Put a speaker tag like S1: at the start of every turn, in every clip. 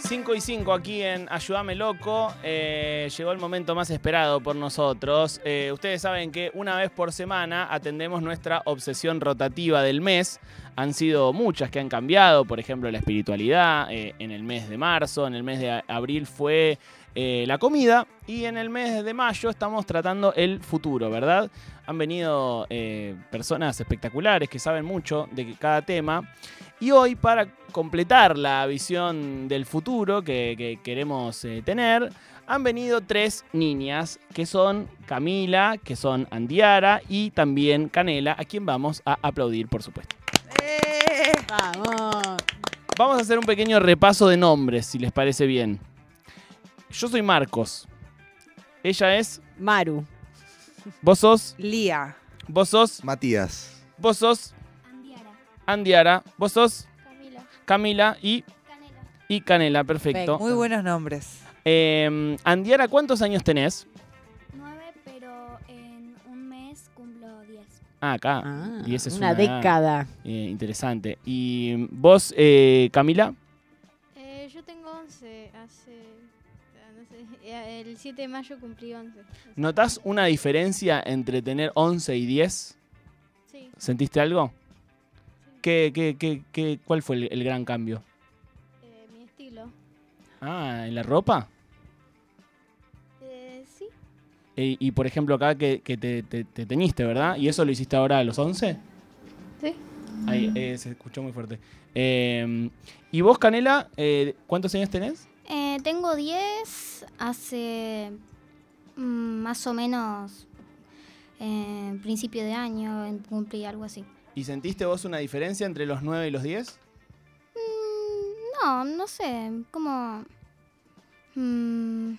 S1: 5 y 5 aquí en Ayúdame Loco. Eh, llegó el momento más esperado por nosotros. Eh, ustedes saben que una vez por semana atendemos nuestra obsesión rotativa del mes. Han sido muchas que han cambiado, por ejemplo, la espiritualidad eh, en el mes de marzo, en el mes de a- abril fue eh, la comida y en el mes de mayo estamos tratando el futuro, ¿verdad? Han venido eh, personas espectaculares que saben mucho de cada tema. Y hoy, para completar la visión del futuro que, que queremos eh, tener, han venido tres niñas, que son Camila, que son Andiara y también Canela, a quien vamos a aplaudir, por supuesto.
S2: Eh.
S3: Vamos.
S1: Vamos a hacer un pequeño repaso de nombres, si les parece bien. Yo soy Marcos. Ella es.
S3: Maru.
S1: Vos sos.
S2: Lía.
S1: Vos sos.
S4: Matías.
S1: Vos sos.
S5: Andiara,
S1: Andiara. Vos sos.
S5: Camila,
S1: Camila y.
S5: Canela,
S1: Y Canela, perfecto.
S2: Muy buenos nombres.
S1: Eh, Andiara, ¿cuántos años tenés?
S5: 9, pero en un mes cumplo 10.
S1: Ah, acá.
S3: Ah,
S1: y esa es
S3: una,
S1: una edad.
S3: década.
S1: Eh, interesante. ¿Y mm, vos, eh, Camila?
S6: Eh, yo tengo 11, hace, ah, no sé, eh, el 7 de mayo cumplí 11.
S1: ¿Notás una diferencia entre tener 11 y 10?
S6: Sí,
S1: ¿Sentiste algo? ¿Qué, qué, qué, qué, ¿Cuál fue el, el gran cambio?
S6: eh, mi estilo.
S1: Ah, ¿en la ropa?
S6: Eh, sí,
S1: Eh, y por ejemplo acá que, que te, te- te teñiste, ¿verdad? ¿Y eso lo hiciste ahora a los 11?
S6: sí.
S1: Ahí, eh, se escuchó muy fuerte. Eh, ¿Y vos, Canela, eh, cuántos años tenés?
S5: Eh, tengo 10 hace mm, más o menos eh, principio de año, en- cumplí algo así.
S1: ¿Y sentiste vos una diferencia entre los 9 y los 10?
S5: Mm, no, no sé, como... mm,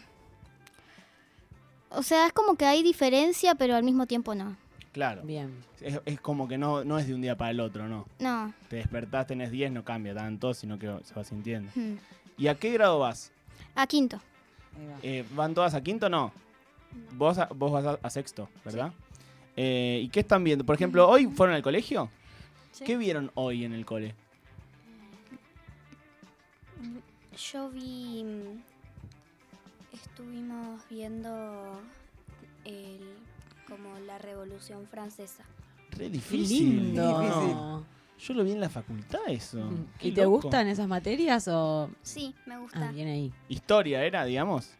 S5: o sea, es como que hay diferencia, pero al mismo tiempo no.
S1: Claro.
S3: Bien.
S1: Es, es como que no, no es de un día para el otro, ¿no?
S5: No.
S1: Te despertás, tenés 10, no cambia tanto, sino que se va sintiendo.
S5: mm.
S1: ¿Y a qué grado vas?
S5: A quinto.
S1: Eh, ¿Van todas a quinto o no? Vos, a- vos vas a, a sexto, ¿verdad? Eh, ¿Y qué están viendo? Por ejemplo, ¿hoy fueron al colegio?
S6: Sí.
S1: ¿Qué vieron hoy en el cole?
S7: Yo vi. mm, Estuvimos viendo. el- como la Revolución Francesa.
S1: Re
S3: Qué
S1: difícil.
S3: lindo. Hmm.
S1: No. Yo lo vi en la facultad eso. Qué
S3: ¿Y te
S1: loco.
S3: gustan esas materias o
S7: Sí, me gusta.
S3: ah, bien ahí?
S1: Historia era, digamos.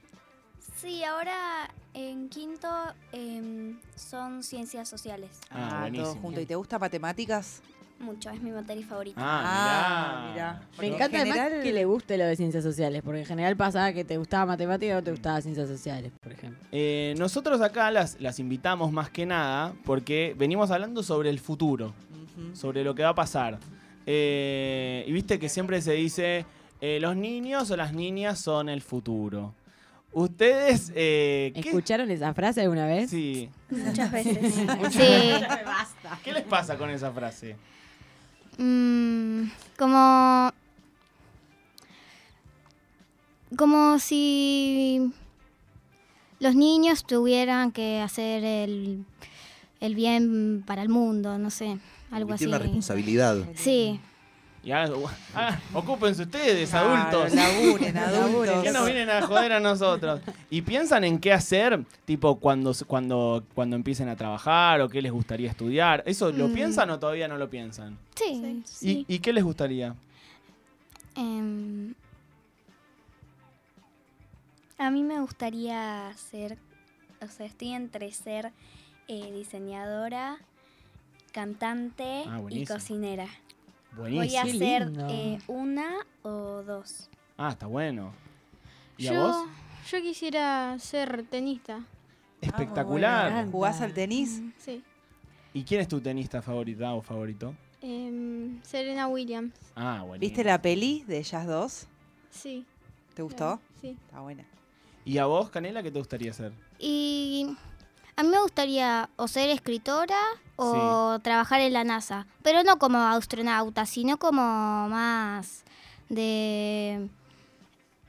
S7: Sí, ahora en quinto em, son ciencias sociales.
S1: Ah,
S2: todo
S1: buenísimo.
S2: junto. ¿Y te gusta matemáticas?
S7: Mucho, es mi materia favorita.
S1: Ah,
S2: Ah,
S1: mirá.
S2: mirá.
S3: Me
S2: Yo-
S3: encanta
S2: en general-
S3: además que le guste lo de ciencias sociales, porque en general pasaba que te gustaba matemática y no te gustaba ciencias sociales, por ejemplo.
S1: Eh, nosotros acá las, las invitamos más que nada porque venimos hablando sobre el futuro. sobre lo que va a pasar. Eh, y viste que siempre se dice, eh, los niños o las niñas son el futuro. Ustedes... Eh, ¿qué-
S3: ¿Escucharon esa frase alguna vez?
S1: Sí.
S7: Muchas veces.
S5: Sí.
S1: ¿Qué les pasa con esa frase?
S5: Mm, como. Como si los niños tuvieran que hacer el, el bien para el mundo, no sé, algo así.
S4: Tiene una responsabilidad.
S5: Sí,
S1: Y hagan- ah, ocúpense ustedes, adultos.
S2: Claro, Laburen, adultos.
S1: ¿Qué nos vienen a joder a nosotros? ¿Y piensan en qué hacer, tipo, cuando, cuando, cuando empiecen a trabajar o qué les gustaría estudiar? ¿Eso lo
S5: Mm.
S1: piensan o todavía no lo piensan?
S5: sí, sí.
S1: ¿Y, ¿Y qué les gustaría?
S5: Em,
S7: A mí me gustaría ser, o sea, estoy entre ser eh, diseñadora, cantante
S1: Ah,
S7: y
S1: buenísimo.
S7: cocinera. Voy
S1: Buenísimo.
S7: a
S3: Qué
S7: hacer
S3: lindo.
S7: eh, una o dos.
S1: Ah, está bueno. ¿Y a
S6: yo,
S1: vos?
S6: Yo quisiera ser tenista,
S1: Espectacular.
S3: bueno.
S2: ¿Jugás al tenis?
S6: sí.
S1: ¿Y quién es tu tenista favorita o favorito?
S6: Em, Serena Williams,
S1: Ah, bueno.
S2: ¿Viste la peli de ellas dos?
S6: sí.
S2: ¿Te gustó?
S6: Sí.
S2: Está buena.
S1: ¿Y a vos, Canela, qué te gustaría hacer?
S5: y a mí me gustaría o ser escritora o trabajar en la NASA, pero no como astronauta, sino como más de...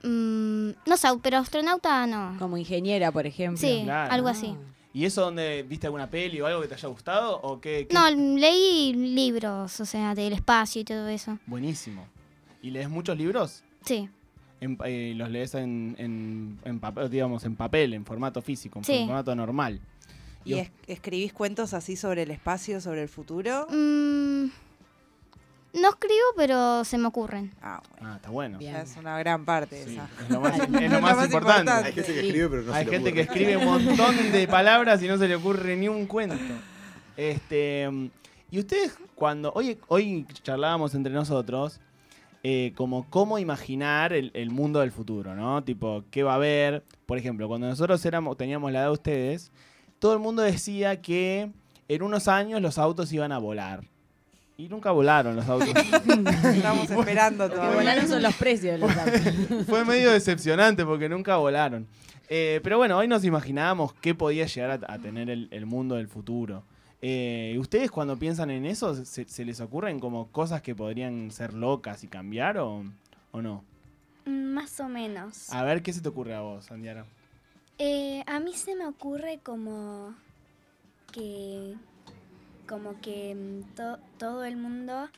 S5: mm, no sé, pero astronauta no.
S3: Como ingeniera, por ejemplo.
S5: Sí,
S1: Claro.
S5: algo así.
S3: Ah,
S1: ¿Y eso donde viste alguna peli o algo que te haya gustado? ¿O qué? qué-
S5: No, leí libros, o sea, del espacio y todo eso.
S1: Buenísimo. ¿Y lees muchos libros?
S5: Sí.
S1: en pa- eh, los lees en, en- en papel, digamos, en papel, en formato físico, en
S5: Sí.
S1: formato normal.
S2: ¿Y es- escribís cuentos así sobre el espacio, sobre el futuro?
S5: Mm, no escribo, pero se me ocurren.
S2: Ah, bueno.
S1: Ah, está bueno.
S3: Bien.
S2: ya Es una gran parte
S1: Sí,
S2: esa.
S1: es lo más, es lo
S3: Es
S1: más importante.
S4: Hay gente que escribe, pero no
S1: Hay
S4: se le
S1: gente que
S4: ocurre.
S1: escribe un montón de palabras y no se le ocurre ni un cuento. Este, y ustedes cuando hoy, hoy charlábamos entre nosotros eh, como cómo imaginar el, el mundo del futuro, ¿no? Tipo, ¿qué va a haber? Por ejemplo, cuando nosotros éramos, teníamos la edad de ustedes, todo el mundo decía que en unos años los autos iban a volar. Y nunca volaron los autos.
S2: Estamos esperando
S3: Lo Ah, que
S2: todavía.
S3: volaron son los precios de los autos.
S1: Fue medio decepcionante porque nunca volaron. Eh, pero bueno, hoy nos imaginábamos qué podía llegar a, a tener el, el mundo del futuro. Eh, ¿Ustedes cuando piensan en eso, se, se les ocurren como cosas que podrían ser locas y cambiar o, o no?
S7: Mm, Más o menos.
S1: A ver, ¿qué se te ocurre a vos, Sandiara?
S7: Eh, a mí se me ocurre como que como que mm, to- todo el mundo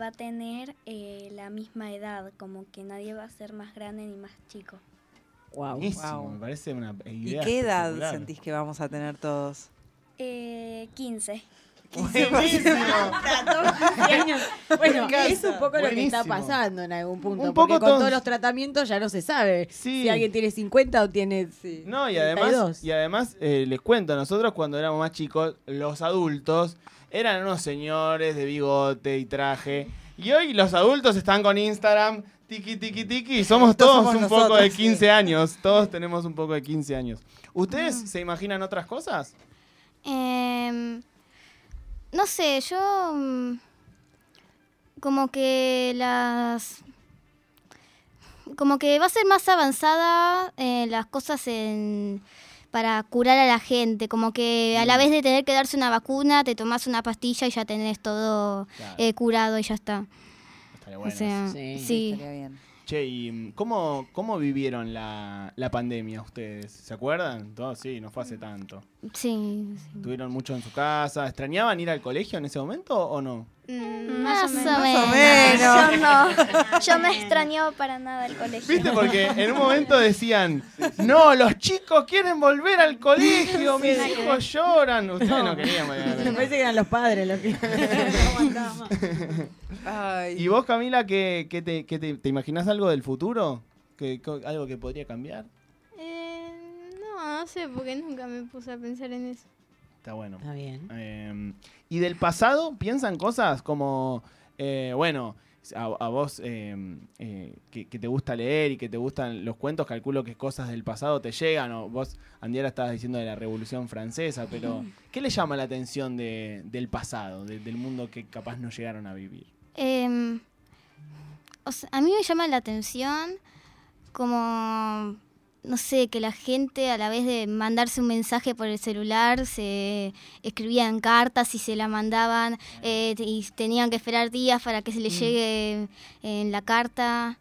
S7: va a tener eh, la misma edad, como que nadie va a ser más grande ni más chico.
S3: Wow.
S1: Buenísimo,
S2: wow.
S1: me parece una
S2: ¿Y
S1: idea
S2: qué edad
S1: espectacular.
S2: sentís que vamos a tener todos?
S7: Eh, 15.
S3: Este Bueno,
S2: Me encanta.
S3: es un poco lo que está
S1: Buenísimo.
S3: pasando en algún punto.
S1: Un
S3: porque
S1: poco
S3: con
S1: tons-
S3: todos los tratamientos ya no se sabe
S1: Sí.
S3: si alguien tiene 50 o tiene.
S1: No, y
S3: 32.
S1: además, y además eh, les cuento, nosotros cuando éramos más chicos, los adultos eran unos señores de bigote y traje. Y hoy los adultos están con Instagram, tiki, tiki, tiki, y somos
S2: Estos
S1: todos
S2: somos
S1: un
S2: nosotros,
S1: poco de
S2: sí.
S1: 15 años. Todos tenemos un poco de 15 años.
S2: Ah.
S1: ¿Ustedes se imaginan otras cosas?
S5: Em, no sé, yo mm, como que las... Como que va a ser más avanzada eh, las cosas en, para curar a la gente. Como que a la vez de tener que darse una vacuna, te tomas una pastilla y ya tenés todo
S1: Claro.
S5: eh, curado y ya está.
S1: Estaría bueno
S5: o sea,
S1: eso.
S3: sí.
S5: sí.
S2: Estaría bien.
S1: Che, ¿y mm, cómo, cómo vivieron la, la pandemia ustedes? ¿Se acuerdan? Todo, sí, no fue hace tanto.
S5: Sí,
S1: ¿Tuvieron mucho en su casa? ¿Extrañaban ir al colegio en ese momento o no?
S6: Mm,
S5: Más, o menos.
S2: Más o menos.
S7: Yo no, yo no extrañaba para nada el colegio.
S1: Viste, porque en un momento decían, no, los chicos quieren volver al colegio, mis hijos lloran. Ustedes no, querían volver al
S3: Me
S1: colegio.
S3: parece que eran los padres los que.
S2: Ay.
S1: ¿Y vos, Camila, qué, qué te, qué te, te imaginás algo del futuro? ¿Que, co- ¿Algo que podría cambiar?
S6: Eh, no, no sé, porque nunca me puse a pensar en eso.
S1: Está bueno.
S3: Está bien.
S1: Eh, ¿Y del pasado piensan cosas como, eh, bueno, a, a vos eh, eh, que, que te gusta leer y que te gustan los cuentos, calculo que cosas del pasado te llegan, o vos, Andiera, estabas diciendo de la Revolución Francesa, pero ¿qué le llama la atención de- del pasado, de- del mundo que capaz no llegaron a vivir?
S5: Em, o sea, a mí me llama la atención como, no sé, que la gente a la vez de mandarse un mensaje por el celular, se escribían cartas y se la mandaban eh, te- y tenían que esperar días para que se
S6: Mm.
S5: les llegue en la carta.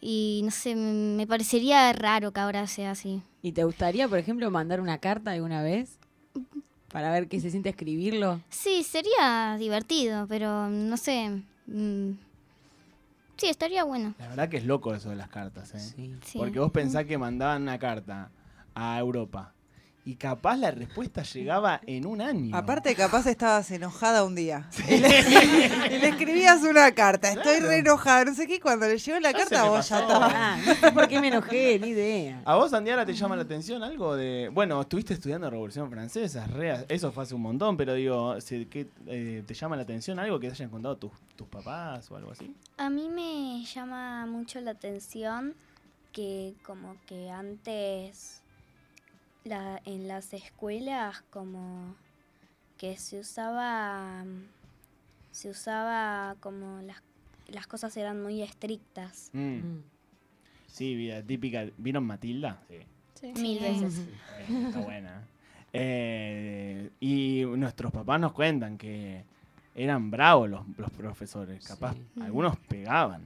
S5: Y no sé, m- me parecería raro que ahora sea así.
S3: ¿Y te gustaría, por ejemplo, mandar una carta alguna vez? Para ver qué se siente escribirlo.
S5: Sí, sería divertido, pero no sé. mm, sí, estaría bueno.
S1: La verdad que es loco eso de las cartas, ¿eh?
S3: Sí.
S5: sí.
S1: Porque vos pensás que mandaban una carta a Europa y capaz la respuesta llegaba en un año.
S2: Aparte, capaz estabas enojada un día. Y, le, y le escribías una carta. Estoy re enojada, no sé qué. y Cuando le llegó la
S1: Ya se
S2: carta,
S1: me
S2: vos ya
S1: pasó.
S2: estabas.
S3: Ah, no sé por qué me enojé, ni idea.
S1: ¿A vos, Andiara, te llama la atención algo de... Bueno, estuviste estudiando Revolución Francesa, re- eso fue hace un montón, pero digo, se- ¿qué, eh, ¿te llama la atención algo que te hayan contado tus, tus papás o algo así?
S7: A mí me llama mucho la atención que como que antes la- en las escuelas como que se usaba mm, se usaba como las, las cosas eran muy estrictas.
S1: Mm, Sí, vida típica. ¿Vieron Matilda? Sí.
S6: Sí.
S7: Mil veces.
S1: Eh, Está buena. Eh, y nuestros papás nos cuentan que eran bravos los, los profesores, capaz
S3: Sí.
S1: algunos pegaban.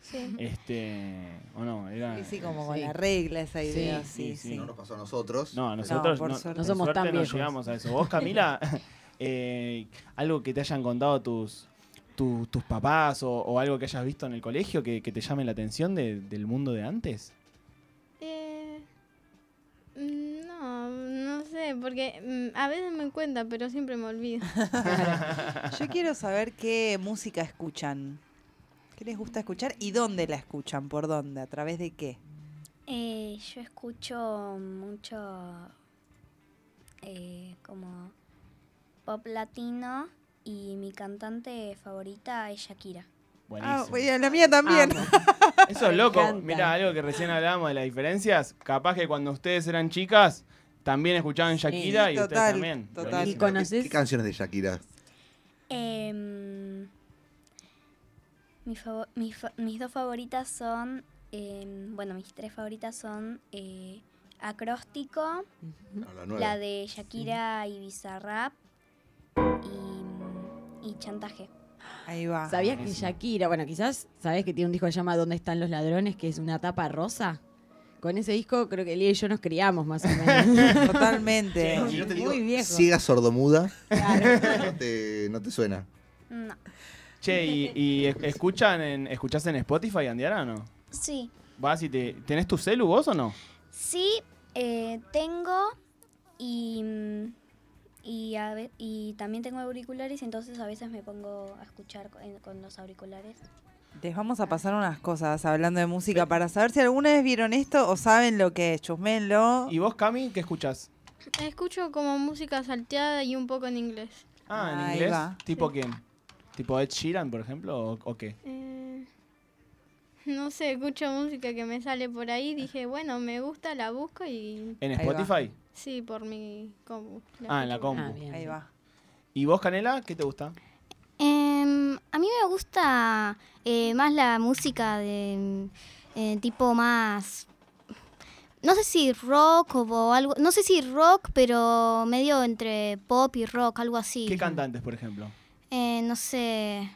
S6: Sí.
S1: Este, o no, era...
S2: Y sí, como con
S3: Sí.
S2: la regla esa
S3: Sí,
S2: idea.
S1: sí,
S2: Sí,
S1: sí.
S2: sí.
S4: No nos pasó a nosotros.
S1: No, nosotros no,
S2: por
S1: no, por
S2: suerte.
S3: No somos tan
S1: suerte no
S3: viejos.
S1: llegamos a eso. Vos, Camila, eh, algo que te hayan contado tus, tu- tus papás o, o algo que hayas visto en el colegio que, que te llame la atención de- del mundo de antes?
S6: Eh, mm, no, no sé, porque mm, a veces me encuentra, pero siempre me olvido.
S2: Yo quiero saber qué música escuchan. ¿Qué les gusta escuchar y dónde la escuchan? ¿Por dónde? ¿A través de qué?
S7: Eh, yo escucho mucho eh, como pop latino y mi cantante favorita es Shakira.
S1: Buenísimo.
S2: Ah, bueno, la mía también.
S3: Amo.
S1: Eso
S3: Me
S1: es loco.
S3: encanta.
S1: Mirá, algo que recién hablábamos de las diferencias. Capaz que cuando ustedes eran chicas también escuchaban Shakira y ustedes
S2: total,
S1: también.
S2: total.
S1: Buenísimo.
S3: Y conoces-
S4: ¿Qué, qué canciones de Shakira?
S7: Em, mi favo- mi fa- mis dos favoritas son, em, bueno, mis tres favoritas son eh, Acróstico,
S4: No, la nueva.
S7: la de Shakira y Bizarrap y, y Chantaje.
S2: Ahí va.
S3: ¿Sabías que
S1: Buenísimo.
S3: Shakira, bueno, quizás sabés que tiene un disco que se llama ¿Dónde están los ladrones? que es una tapa rosa? Con ese disco creo que Lía y yo nos criamos más o menos.
S2: Totalmente.
S4: Si yo te digo
S3: Muy viejo.
S4: Ciega sordomuda,
S3: Claro.
S4: no te, no te suena.
S7: No.
S1: Che, ¿y, y es- escuchan en, escuchás en Spotify, Andiara, o no?
S7: Sí,
S1: ¿Vas y te, tenés tu celu vos o no?
S7: sí, eh, tengo y, mm, y, a ve- y también tengo auriculares, entonces a veces me pongo a escuchar co- en- con los auriculares.
S2: Les vamos a pasar unas cosas hablando de música para saber si alguna vez vieron esto o saben lo que es. Chusmenlo.
S1: ¿Y vos, Cami, qué escuchás?
S6: Escucho como música salteada y un poco en inglés.
S1: Ah, en
S2: Ahí
S1: inglés.
S2: va.
S1: ¿Tipo quién? ¿Tipo Ed Sheeran, por ejemplo? ¿O, o qué?
S6: Eh, no sé, escucho música que me sale por ahí. Dije, bueno, me gusta, la busco y
S1: ¿En
S2: Ahí va.
S1: Spotify?
S6: sí, por mi compu.
S1: Ah, en la
S6: escucho.
S1: compu.
S3: Ah, bien.
S2: Ahí va.
S1: ¿Y vos, Canela, qué te gusta?
S5: Em, a mí me gusta eh, más la música de eh, tipo más. No sé si rock o algo. No sé si rock, pero medio entre pop y rock, algo así.
S1: ¿Qué cantantes, por ejemplo?
S5: Eh, no sé.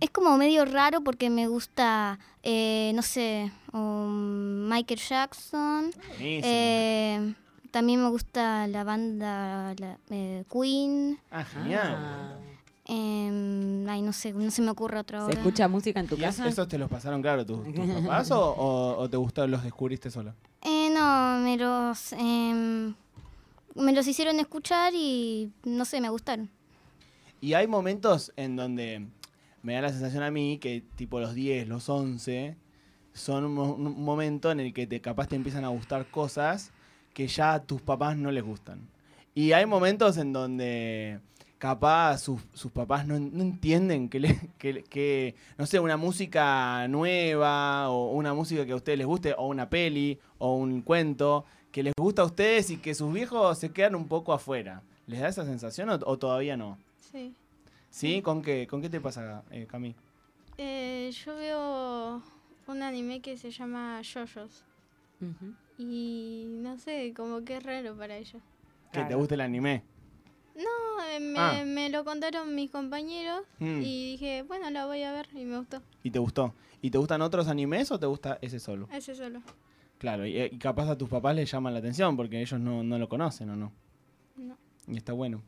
S5: Es como medio raro porque me gusta, eh, no sé, um, Michael Jackson.
S1: Buenísimo.
S5: Eh, también me gusta la banda la- eh, Queen.
S1: ah, genial.
S3: Ah.
S5: Em, ay, no sé, no se me ocurre otro.
S3: ¿Se escucha música en tu
S1: ¿Y es-
S3: casa?
S1: esos te los pasaron, claro, tus, tus papás o, o- o te gustó, los descubriste solo?
S5: Eh, no, me los, em, me los hicieron escuchar y no sé, me gustaron.
S1: Y hay momentos en donde me da la sensación a mí que tipo los 10, los 11, son un, mo- un momento en el que te, capaz te empiezan a gustar cosas que ya a tus papás no les gustan. Y hay momentos en donde capaz sus, sus papás no, en- no entienden que, le- que, le- que, no sé, una música nueva o una música que a ustedes les guste o una peli o un cuento que les gusta a ustedes y que sus viejos se quedan un poco afuera. ¿Les da esa sensación o, o todavía no?
S6: Sí.
S1: ¿Sí? ¿Con qué, ¿Con qué te pasa, eh, Cami?
S6: Eh, yo veo un anime que se llama Yoyos.
S3: Ujú.
S6: Y no sé, como que es raro para ellos.
S1: Que te
S2: Claro.
S1: guste el anime.
S6: No, eh, me,
S1: Ah.
S6: me lo contaron mis compañeros
S1: Mm. Y...
S6: y dije, bueno, la voy a ver y me gustó.
S1: te gustó. ¿Y te gustan otros animes o te gusta ese solo?
S6: Ese solo.
S1: Claro, y, y capaz a tus papás les llama la atención porque ellos no, no lo conocen o no.
S6: No.
S1: Y está bueno.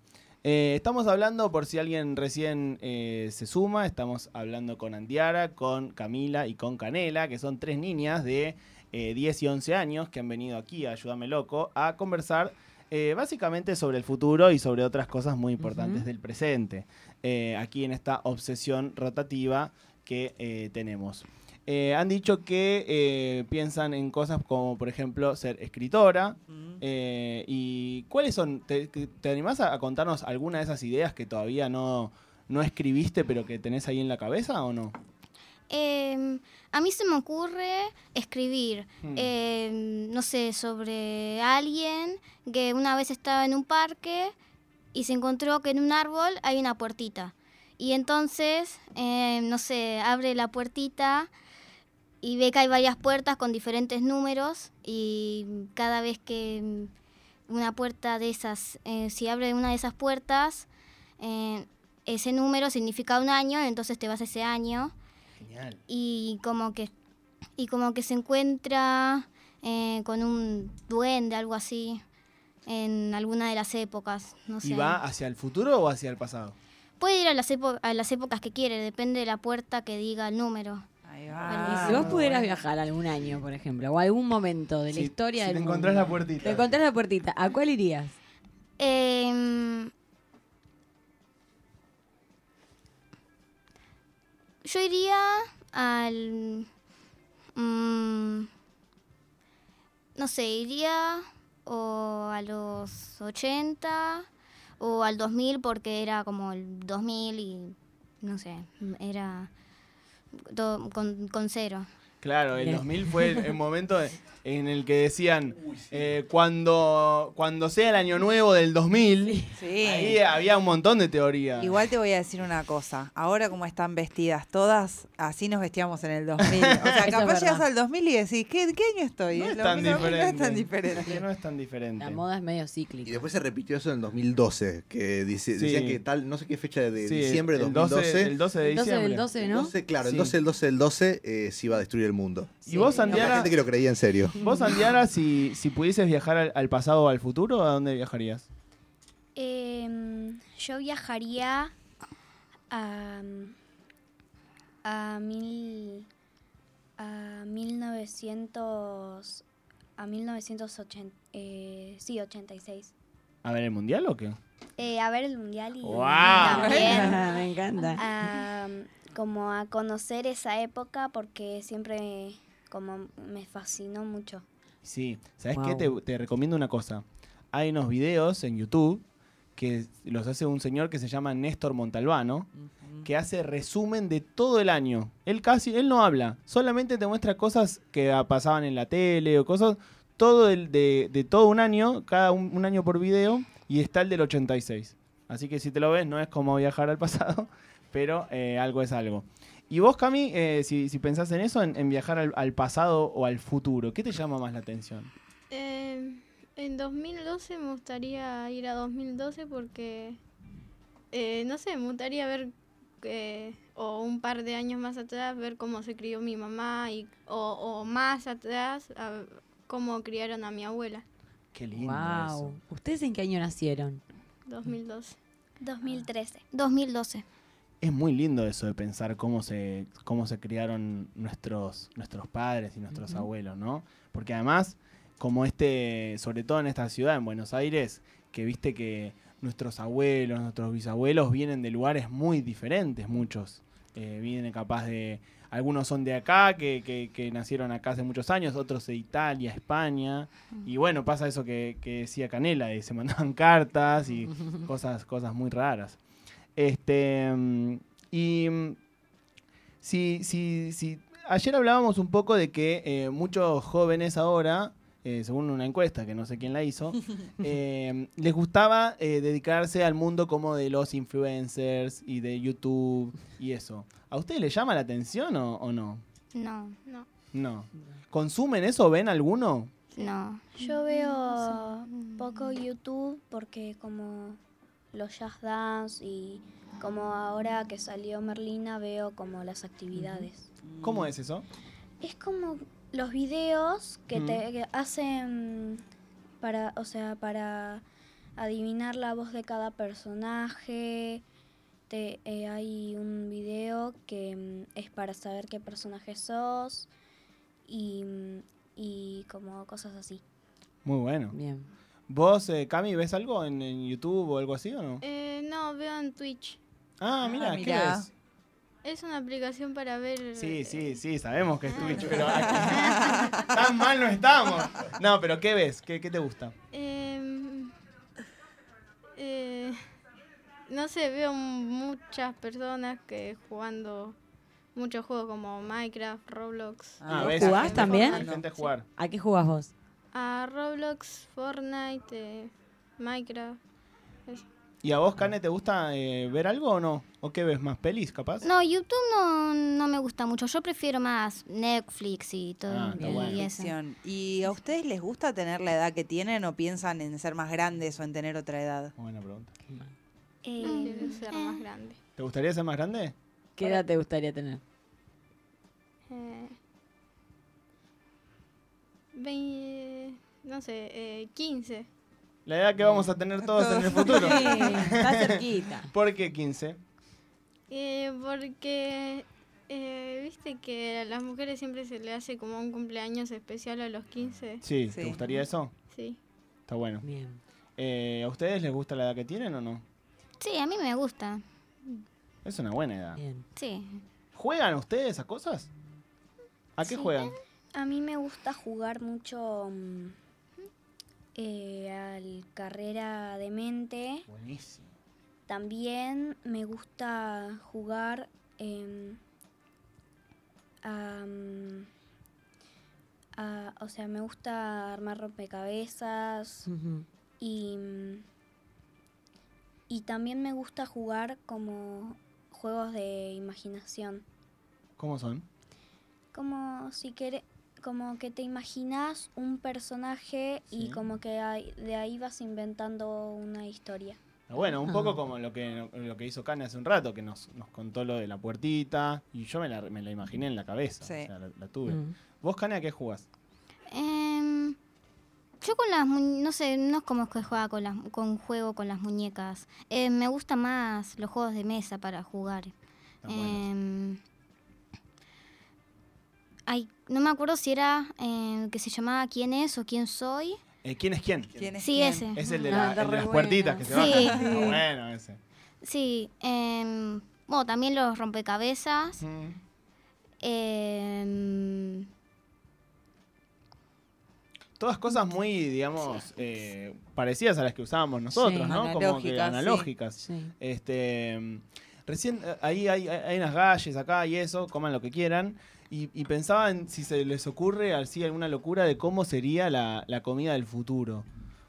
S1: Eh, estamos hablando, por si alguien recién eh, se suma, estamos hablando con Andiara, con Camila y con Canela, que son tres niñas de eh, 10 y 11 años que han venido aquí a Ayúdame Loco a conversar eh, básicamente sobre el futuro y sobre otras cosas muy importantes
S3: Ujú.
S1: del presente, eh, aquí en esta obsesión rotativa que eh, tenemos. Eh, han dicho que eh, piensan en cosas como, por ejemplo, ser escritora,
S2: Mm.
S1: eh, ¿Y cuáles son? ¿Te, que- te animás a, a contarnos alguna de esas ideas que todavía no, no escribiste, pero que tenés ahí en la cabeza o no?
S5: Em, a mí se me ocurre escribir,
S1: Hmm.
S5: em, no sé, sobre alguien que una vez estaba en un parque y se encontró que en un árbol hay una puertita. Y entonces, em, no sé, abre la puertita y ve que hay varias puertas con diferentes números y cada vez que em, una puerta de esas, eh, si abre una de esas puertas, eh, ese número significa un año, entonces te vas a ese año
S1: Genial.
S5: y como que y como que se encuentra eh, con un duende algo así en alguna de las épocas no sé
S1: ¿Y va hacia el futuro o hacia el pasado?
S5: Puede ir a las, epo- a las épocas que quiere, depende de la puerta que diga el número.
S2: Ahí
S5: Ah,
S2: va.
S3: y si vos
S5: muy
S3: pudieras viajar algún año, por ejemplo, o algún momento de la
S8: Si-
S3: historia
S8: si
S3: del
S8: te
S3: mundo.
S8: encontrás la puertita.
S3: Te encontrás la puertita. ¿A cuál irías?
S5: Em, yo iría al... mm, no sé, iría o a los 80 o al 2000 porque era como el 2000 y no sé, era todo con, con cero.
S1: Claro, el
S3: Bien.
S1: 2000 fue el, el momento de- en el que decían, eh, cuando, cuando sea el año nuevo del 2000,
S2: Sí.
S1: ahí había un montón de teorías.
S2: Igual te voy a decir una cosa. Ahora como están vestidas todas, así nos vestíamos en el 2000. O sea,
S3: es
S2: capaz llegas
S3: verdad.
S2: al 2000 y decís, ¿qué, qué año estoy?
S1: no, es
S2: Lo
S1: tan
S2: mismo-
S1: diferente.
S2: No es tan diferente.
S1: Que no es tan diferente.
S3: La moda es medio
S4: Y
S3: cíclica.
S4: después se repitió eso en el 2012, que dice-
S1: Sí.
S4: decían que tal, no sé qué fecha de
S1: Sí,
S4: diciembre de
S1: el 12
S4: 2012.
S1: el 12 de
S3: El 12
S1: diciembre.
S3: del 12,
S4: el
S3: ¿no?
S4: 12, claro,
S1: Sí.
S4: el 12, el 12, el 12 eh, se iba a destruir el mundo.
S1: ¿Y vos,
S4: Y Había
S1: Andiara,
S4: gente que lo creía en serio.
S1: vos, Andiara, si, si pudieses viajar al, al pasado o al futuro, ¿a dónde viajarías?
S7: Em, yo viajaría a, a mil a 1900 a 1980 eh, sí 86
S1: ¿A ver el mundial o qué?
S7: Eh, a ver el mundial y
S1: ¡Wow!
S7: también
S3: Me encanta.
S7: a, como a conocer esa época porque siempre como me fascinó mucho
S1: Sí, ¿sabes
S3: Wow.
S1: qué? Te, te recomiendo una cosa. Hay unos videos en YouTube que los hace un señor que se llama Néstor Montalbano, que hace resumen de todo el año. Él casi, él no habla, solamente te muestra cosas que ah, pasaban en la tele o cosas, todo el, de, de todo un año, cada un, un año por video, y está el del 86. Así que si te lo ves, no es como viajar al pasado, pero eh, algo es algo. Y vos, Cami, eh, si, si pensás en eso, en, en viajar al, al pasado o al futuro, ¿qué te llama más la atención?
S6: Eh, en 2012 me gustaría ir a 2012 porque, eh, no sé, me gustaría ver, eh, o un par de años más atrás, ver cómo se crió mi mamá y, o, o más atrás, a- cómo criaron a mi abuela.
S1: Qué lindo eso.
S3: Wow. ¿Ustedes en qué año nacieron?
S6: 2012.
S1: Mm.
S7: 2013
S5: 2012.
S1: Es muy lindo eso de pensar cómo se, cómo se criaron nuestros, nuestros padres y nuestros abuelos, ¿no? Porque además, como este, sobre todo en esta ciudad, en Buenos Aires, que viste que nuestros abuelos, nuestros bisabuelos vienen de lugares muy diferentes, muchos. Eh, vienen capaz de. Algunos son de acá, que, que- que nacieron acá hace muchos años, otros de Italia, España. Y bueno, pasa eso que, que decía Canela, de se mandaban cartas y cosas, cosas muy raras. Este, mm, y mm, si, si, si- ayer hablábamos un poco de que eh, muchos jóvenes ahora, eh, según una encuesta que no sé quién la hizo, eh, les gustaba eh, dedicarse al mundo como de los influencers y de YouTube y eso. ¿A ustedes les llama la atención o, o no?
S5: No,
S6: No.
S1: No. ¿Consumen eso? ¿Ven alguno?
S5: no.
S7: Yo veo poco YouTube porque como los jazz dance y como ahora que salió Merlina veo como las actividades.
S1: ¿Cómo es eso?
S7: Es como los videos que
S1: Mm.
S7: te que hacen para, o sea, para adivinar la voz de cada personaje. Te, eh, hay un video que mm, es para saber qué personaje sos y, mm, y como cosas así.
S1: Muy bueno.
S3: Bien.
S1: ¿Vos, eh, Cami, ves algo en, en YouTube o algo así o no?
S6: Eh, no, veo en Twitch.
S1: Ah,
S2: Ah,
S1: mira, ¿qué
S2: mirá.
S1: ves?
S6: Es una aplicación para ver...
S1: Sí, sí,
S6: eh,
S1: sí, sabemos que es Twitch, pero aquí- tan mal no estamos. No, pero ¿qué ves? ¿Qué, qué te gusta?
S6: Em, eh, no sé, veo muchas personas que jugando muchos juegos como Minecraft, Roblox.
S2: Ah,
S1: ves
S3: ¿jugás
S1: a gente-
S3: también?
S1: a gente jugar.
S3: ¿A qué jugás vos?
S6: A Ah, Roblox, Fortnite, eh, Minecraft.
S1: ¿Y a vos, Cane, te gusta eh, ver algo o no? ¿O qué ves? ¿Más pelis, capaz?
S5: No, YouTube no, no me gusta mucho. Yo prefiero más Netflix y todo.
S1: Ah, está
S5: y
S1: bueno.
S5: eso.
S2: Ficción. ¿Y a ustedes les gusta tener la edad que tienen o piensan en ser más grandes o en tener otra edad?
S1: Buena pregunta.
S7: Mm.
S6: Quiero ser más grande.
S1: ¿Te gustaría ser más grande?
S3: ¿Qué edad te gustaría tener?
S6: Eh, vein- no sé, eh, 15.
S1: La edad que vamos a tener todos en el futuro.
S3: está cerquita.
S1: ¿Por qué 15?
S6: Eh, porque eh, viste que a las mujeres siempre se le hace como un cumpleaños especial a los 15.
S1: Sí, ¿te
S2: Sí.
S1: gustaría eso?
S6: Sí.
S1: Está bueno.
S3: Bien.
S1: Eh, ¿A ustedes les gusta la edad que tienen o no?
S5: Sí, a mí me gusta.
S1: Es una buena edad.
S3: Bien.
S5: Sí.
S1: ¿Juegan ustedes a cosas? ¿A qué
S7: Sí.
S1: juegan?
S7: A mí me gusta jugar mucho mm, eh, al carrera de mente.
S1: Buenísimo.
S7: También me gusta jugar em, a, mm, a- O sea, me gusta armar rompecabezas
S3: Ujú.
S7: y... mm, Y también me gusta jugar como juegos de imaginación.
S1: ¿Cómo son?
S7: Como si quere- como que te imaginas un personaje
S1: Sí.
S7: y como que ahí- de ahí vas inventando una historia.
S1: Ah, Bueno, un
S3: Ah.
S1: poco como lo que, lo que hizo Cana hace un rato, que nos, nos contó lo de la puertita. Y yo me la, me la imaginé en la cabeza.
S2: Sí.
S1: O sea, la, la tuve.
S3: Mm.
S1: ¿Vos, Cana, a qué jugás?
S5: Em, yo con las mu- no sé, no es como que juega con las con juego con las muñecas. Eh, me gusta más los juegos de mesa para jugar.
S1: Están buenos.
S5: Em, ay, no me acuerdo si era em, que se llamaba quién es o quién soy.
S1: Eh, ¿Quién es quién?
S2: ¿Quién es
S5: Sí,
S2: quién?
S5: ese.
S1: Es el de,
S3: Ah,
S1: la-
S3: está
S1: el de
S3: re
S1: las
S3: bueno.
S1: puertitas que se
S5: Sí.
S1: bajan. Está
S2: Sí.
S1: bueno ese.
S5: Sí. em, bueno, también los rompecabezas.
S1: Mm.
S5: em,
S1: Todas cosas muy, digamos, eh, parecidas a las que usábamos nosotros,
S3: Sí.
S1: ¿no? como que
S2: Analógicas, sí.
S1: analógicas.
S3: Sí.
S1: Este, mm, recién eh, ahí hay, hay- hay unas galles acá y eso, coman lo que quieran. Y, y pensaba en si se les ocurre así alguna locura de cómo sería la, la comida del futuro.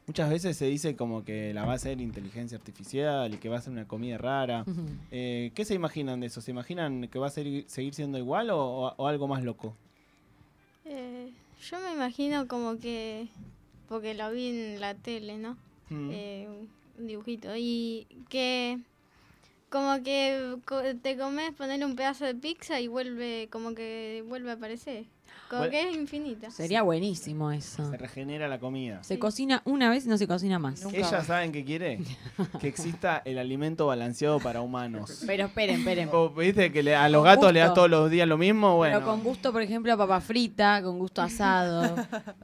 S1: Muchas veces se dice como que la va a hacer inteligencia artificial y que va a ser una comida rara.
S2: Mm.
S3: Ujú.
S1: Eh, ¿Qué se imaginan de eso? ¿Se imaginan que va a ser- seguir siendo igual o, o- o algo más loco?
S6: Eh, yo me imagino como que, porque lo vi en la tele, ¿no?
S1: Mm.
S6: Eh, un dibujito. Y que como que co- te comes poner un pedazo de pizza y vuelve, como que vuelve a aparecer. Como
S1: Bueno.
S6: que es infinita.
S3: Sería buenísimo eso.
S1: Se regenera la comida.
S3: Se cocina una vez y no se cocina más.
S2: Nunca
S1: Ellas
S2: más.
S1: saben que quiere que exista el alimento balanceado para humanos.
S3: Pero esperen, esperen.
S1: O, ¿Viste que le- a los gatos le das
S3: gusto.
S1: todos los días lo mismo? Bueno,
S3: Pero con gusto, por ejemplo, a papa frita, con gusto asado,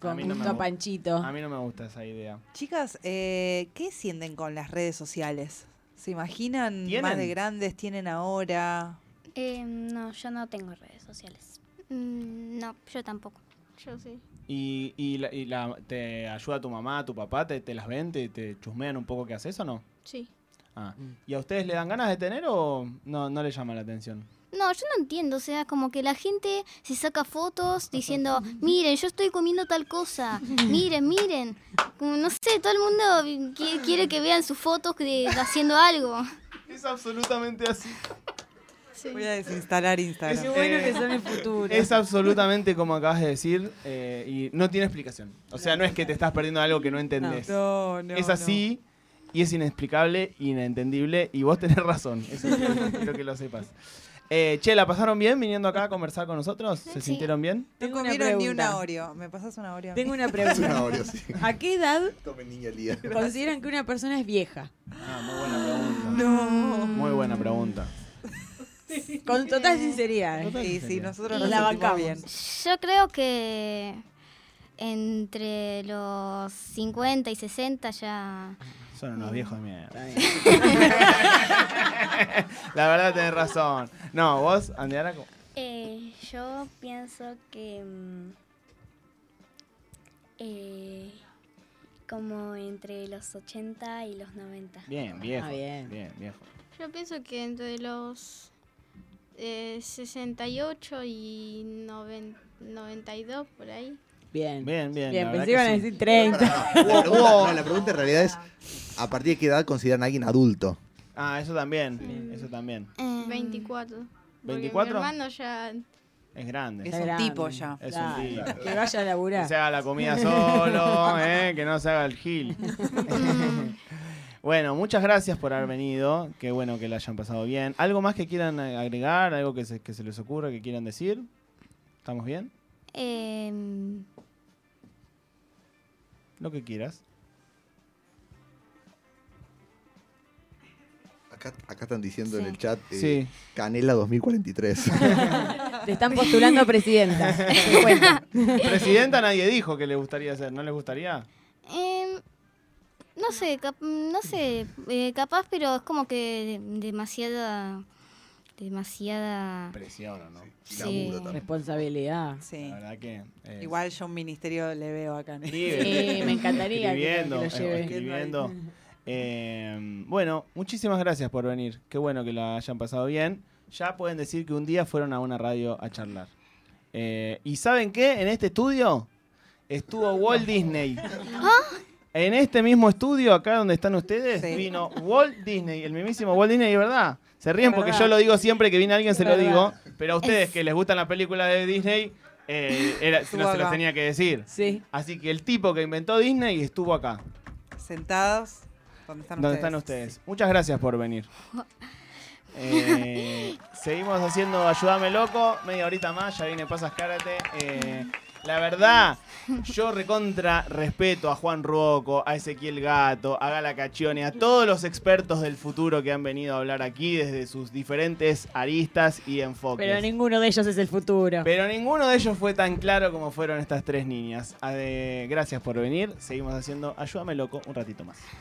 S3: con
S1: mí no me
S3: gusto a
S1: gusta.
S3: panchito.
S1: a mí no me gusta esa idea.
S2: Chicas, eh, ¿qué sienten con las redes sociales? ¿Se imaginan más
S1: ¿Tienen?
S2: de grandes tienen ahora?
S7: Em, no, yo no tengo redes sociales.
S5: mm, no, yo tampoco.
S6: Yo sí.
S1: ¿Y, y la- y la- te ayuda tu mamá, tu papá? ¿Te, te las ven? Te, te chusmean un poco qué haces o no?
S6: Sí.
S1: Ah. ¿Y a ustedes le dan ganas de tener o no, no les llama la atención?
S5: No, yo no entiendo, o sea, como que la gente se saca fotos diciendo, miren, yo estoy comiendo tal cosa, miren, miren. Como, no sé, todo el mundo vi- qui- quiere que vean sus fotos de, de haciendo algo.
S1: Es absolutamente así.
S6: sí.
S2: Voy a desinstalar Instagram.
S1: Es- bueno que son
S3: el futuro.
S1: Eh, Es absolutamente como acabas de decir eh, y no tiene explicación. O sea, no es que te estás perdiendo algo que no entendés.
S2: No, no,
S1: es
S2: no.
S1: así y es inexplicable, inentendible y vos tenés razón. Eso quiero, quiero que lo sepas. Eh, che, ¿la pasaron bien viniendo acá a conversar con nosotros? ¿Se
S5: Sí.
S1: sintieron bien?
S2: No
S3: Tengo una
S2: comieron ni una
S3: pregunta.
S2: Oreo. ¿Me pasas una Oreo? a mí?
S3: Tengo una
S4: Es
S3: pregunta.
S4: una Oreo, sí.
S3: ¿A qué edad
S4: Tomen niña Lía.
S3: consideran que una persona es vieja?
S1: Ah, muy buena pregunta.
S2: No.
S1: Muy buena pregunta.
S3: Con total sinceridad. ¿eh?
S2: Sí, sí, nosotros nos
S3: La
S2: sentimos
S3: bancamos.
S2: bien.
S5: Yo creo que entre los 50 y 60 ya...
S1: Son unos viejos de mierda. La verdad tenés razón. No, vos, Andiara, ¿cómo?
S7: Eh, yo pienso que mm, eh, como entre los 80 y los 90.
S1: bien, viejo.
S3: Ah, bien.
S1: bien, viejo.
S6: Yo pienso que entre los eh, 68 y 90 92 por ahí.
S3: Bien.
S1: Bien, bien.
S3: Bien,
S1: la verdad
S3: pensé que iban a
S1: que sí.
S3: decir 30.
S4: La pregunta, no, la pregunta en realidad es: ¿a partir de qué edad consideran a alguien adulto?
S1: Ah, eso también. Eso también.
S5: em,
S6: 24. Porque
S1: ¿24?
S6: mi hermano ya
S1: Es grande.
S2: Es un
S3: grande.
S2: tipo ya.
S1: Es un
S3: Claro,
S1: tipo.
S3: Que vaya a laburar.
S1: Que se haga la comida solo, ¿eh? que no se haga el gil. bueno, muchas gracias por haber venido. Qué bueno que la hayan pasado bien. ¿Algo más que quieran eh, agregar? ¿Algo que se, que se les ocurra que quieran decir? ¿Estamos bien?
S5: em,
S1: Lo que quieras.
S4: Acá, acá están diciendo en
S7: Sí.
S4: el chat eh,
S1: Sí.
S4: Canela 2043.
S3: Te están postulando a presidenta. te cuento.
S1: Presidenta nadie dijo que le gustaría ser, ¿no les gustaría?
S5: Em, no sé, cap- no sé, eh, capaz, pero es como que de- demasiada, demasiada.
S1: Presión o no.
S4: Y laburo también.
S3: Responsabilidad.
S2: Sí.
S1: La verdad que. eh,
S2: Igual yo un ministerio le veo acá. ¿no?
S1: escribe,
S3: Sí, me encantaría que-
S1: Escribiendo,
S3: que lo lleve.
S1: eh, escribiendo. Eh, bueno, muchísimas gracias por venir. Qué bueno que la hayan pasado bien. Ya pueden decir que un día fueron a una radio a charlar. Eh, ¿Y saben qué? En este estudio estuvo Walt Disney.
S3: Ah.
S1: En este mismo estudio, acá donde están ustedes,
S2: Sí.
S1: vino Walt Disney, el mismísimo Walt Disney, es verdad. Se ríen
S2: Es
S1: porque
S2: verdad.
S1: yo lo digo siempre que viene alguien, se lo
S3: verdad.
S1: digo. Pero a ustedes
S5: Es-
S1: que les gustan las películas de Disney, eh, era- se, lo,
S2: Estuvo
S1: se lo
S2: acá.
S1: tenía que decir.
S3: Sí.
S1: Así que el tipo que inventó Disney estuvo acá,
S2: Sentados. ¿Dónde están
S1: donde
S2: ustedes?
S1: están ustedes. Muchas gracias por venir. Eh, seguimos haciendo Ayúdame Loco, media horita más, ya viene Pasas Cárate. Eh, la verdad, yo recontra respeto a Juan Ruoco, a Ezequiel Gato, a Gala Cachione, a todos los expertos del futuro que han venido a hablar aquí desde sus diferentes aristas y enfoques.
S3: Pero ninguno de ellos es el futuro.
S1: Pero ninguno de ellos fue tan claro como fueron estas tres niñas. Ade- gracias por venir. Seguimos haciendo Ayúdame Loco un ratito más.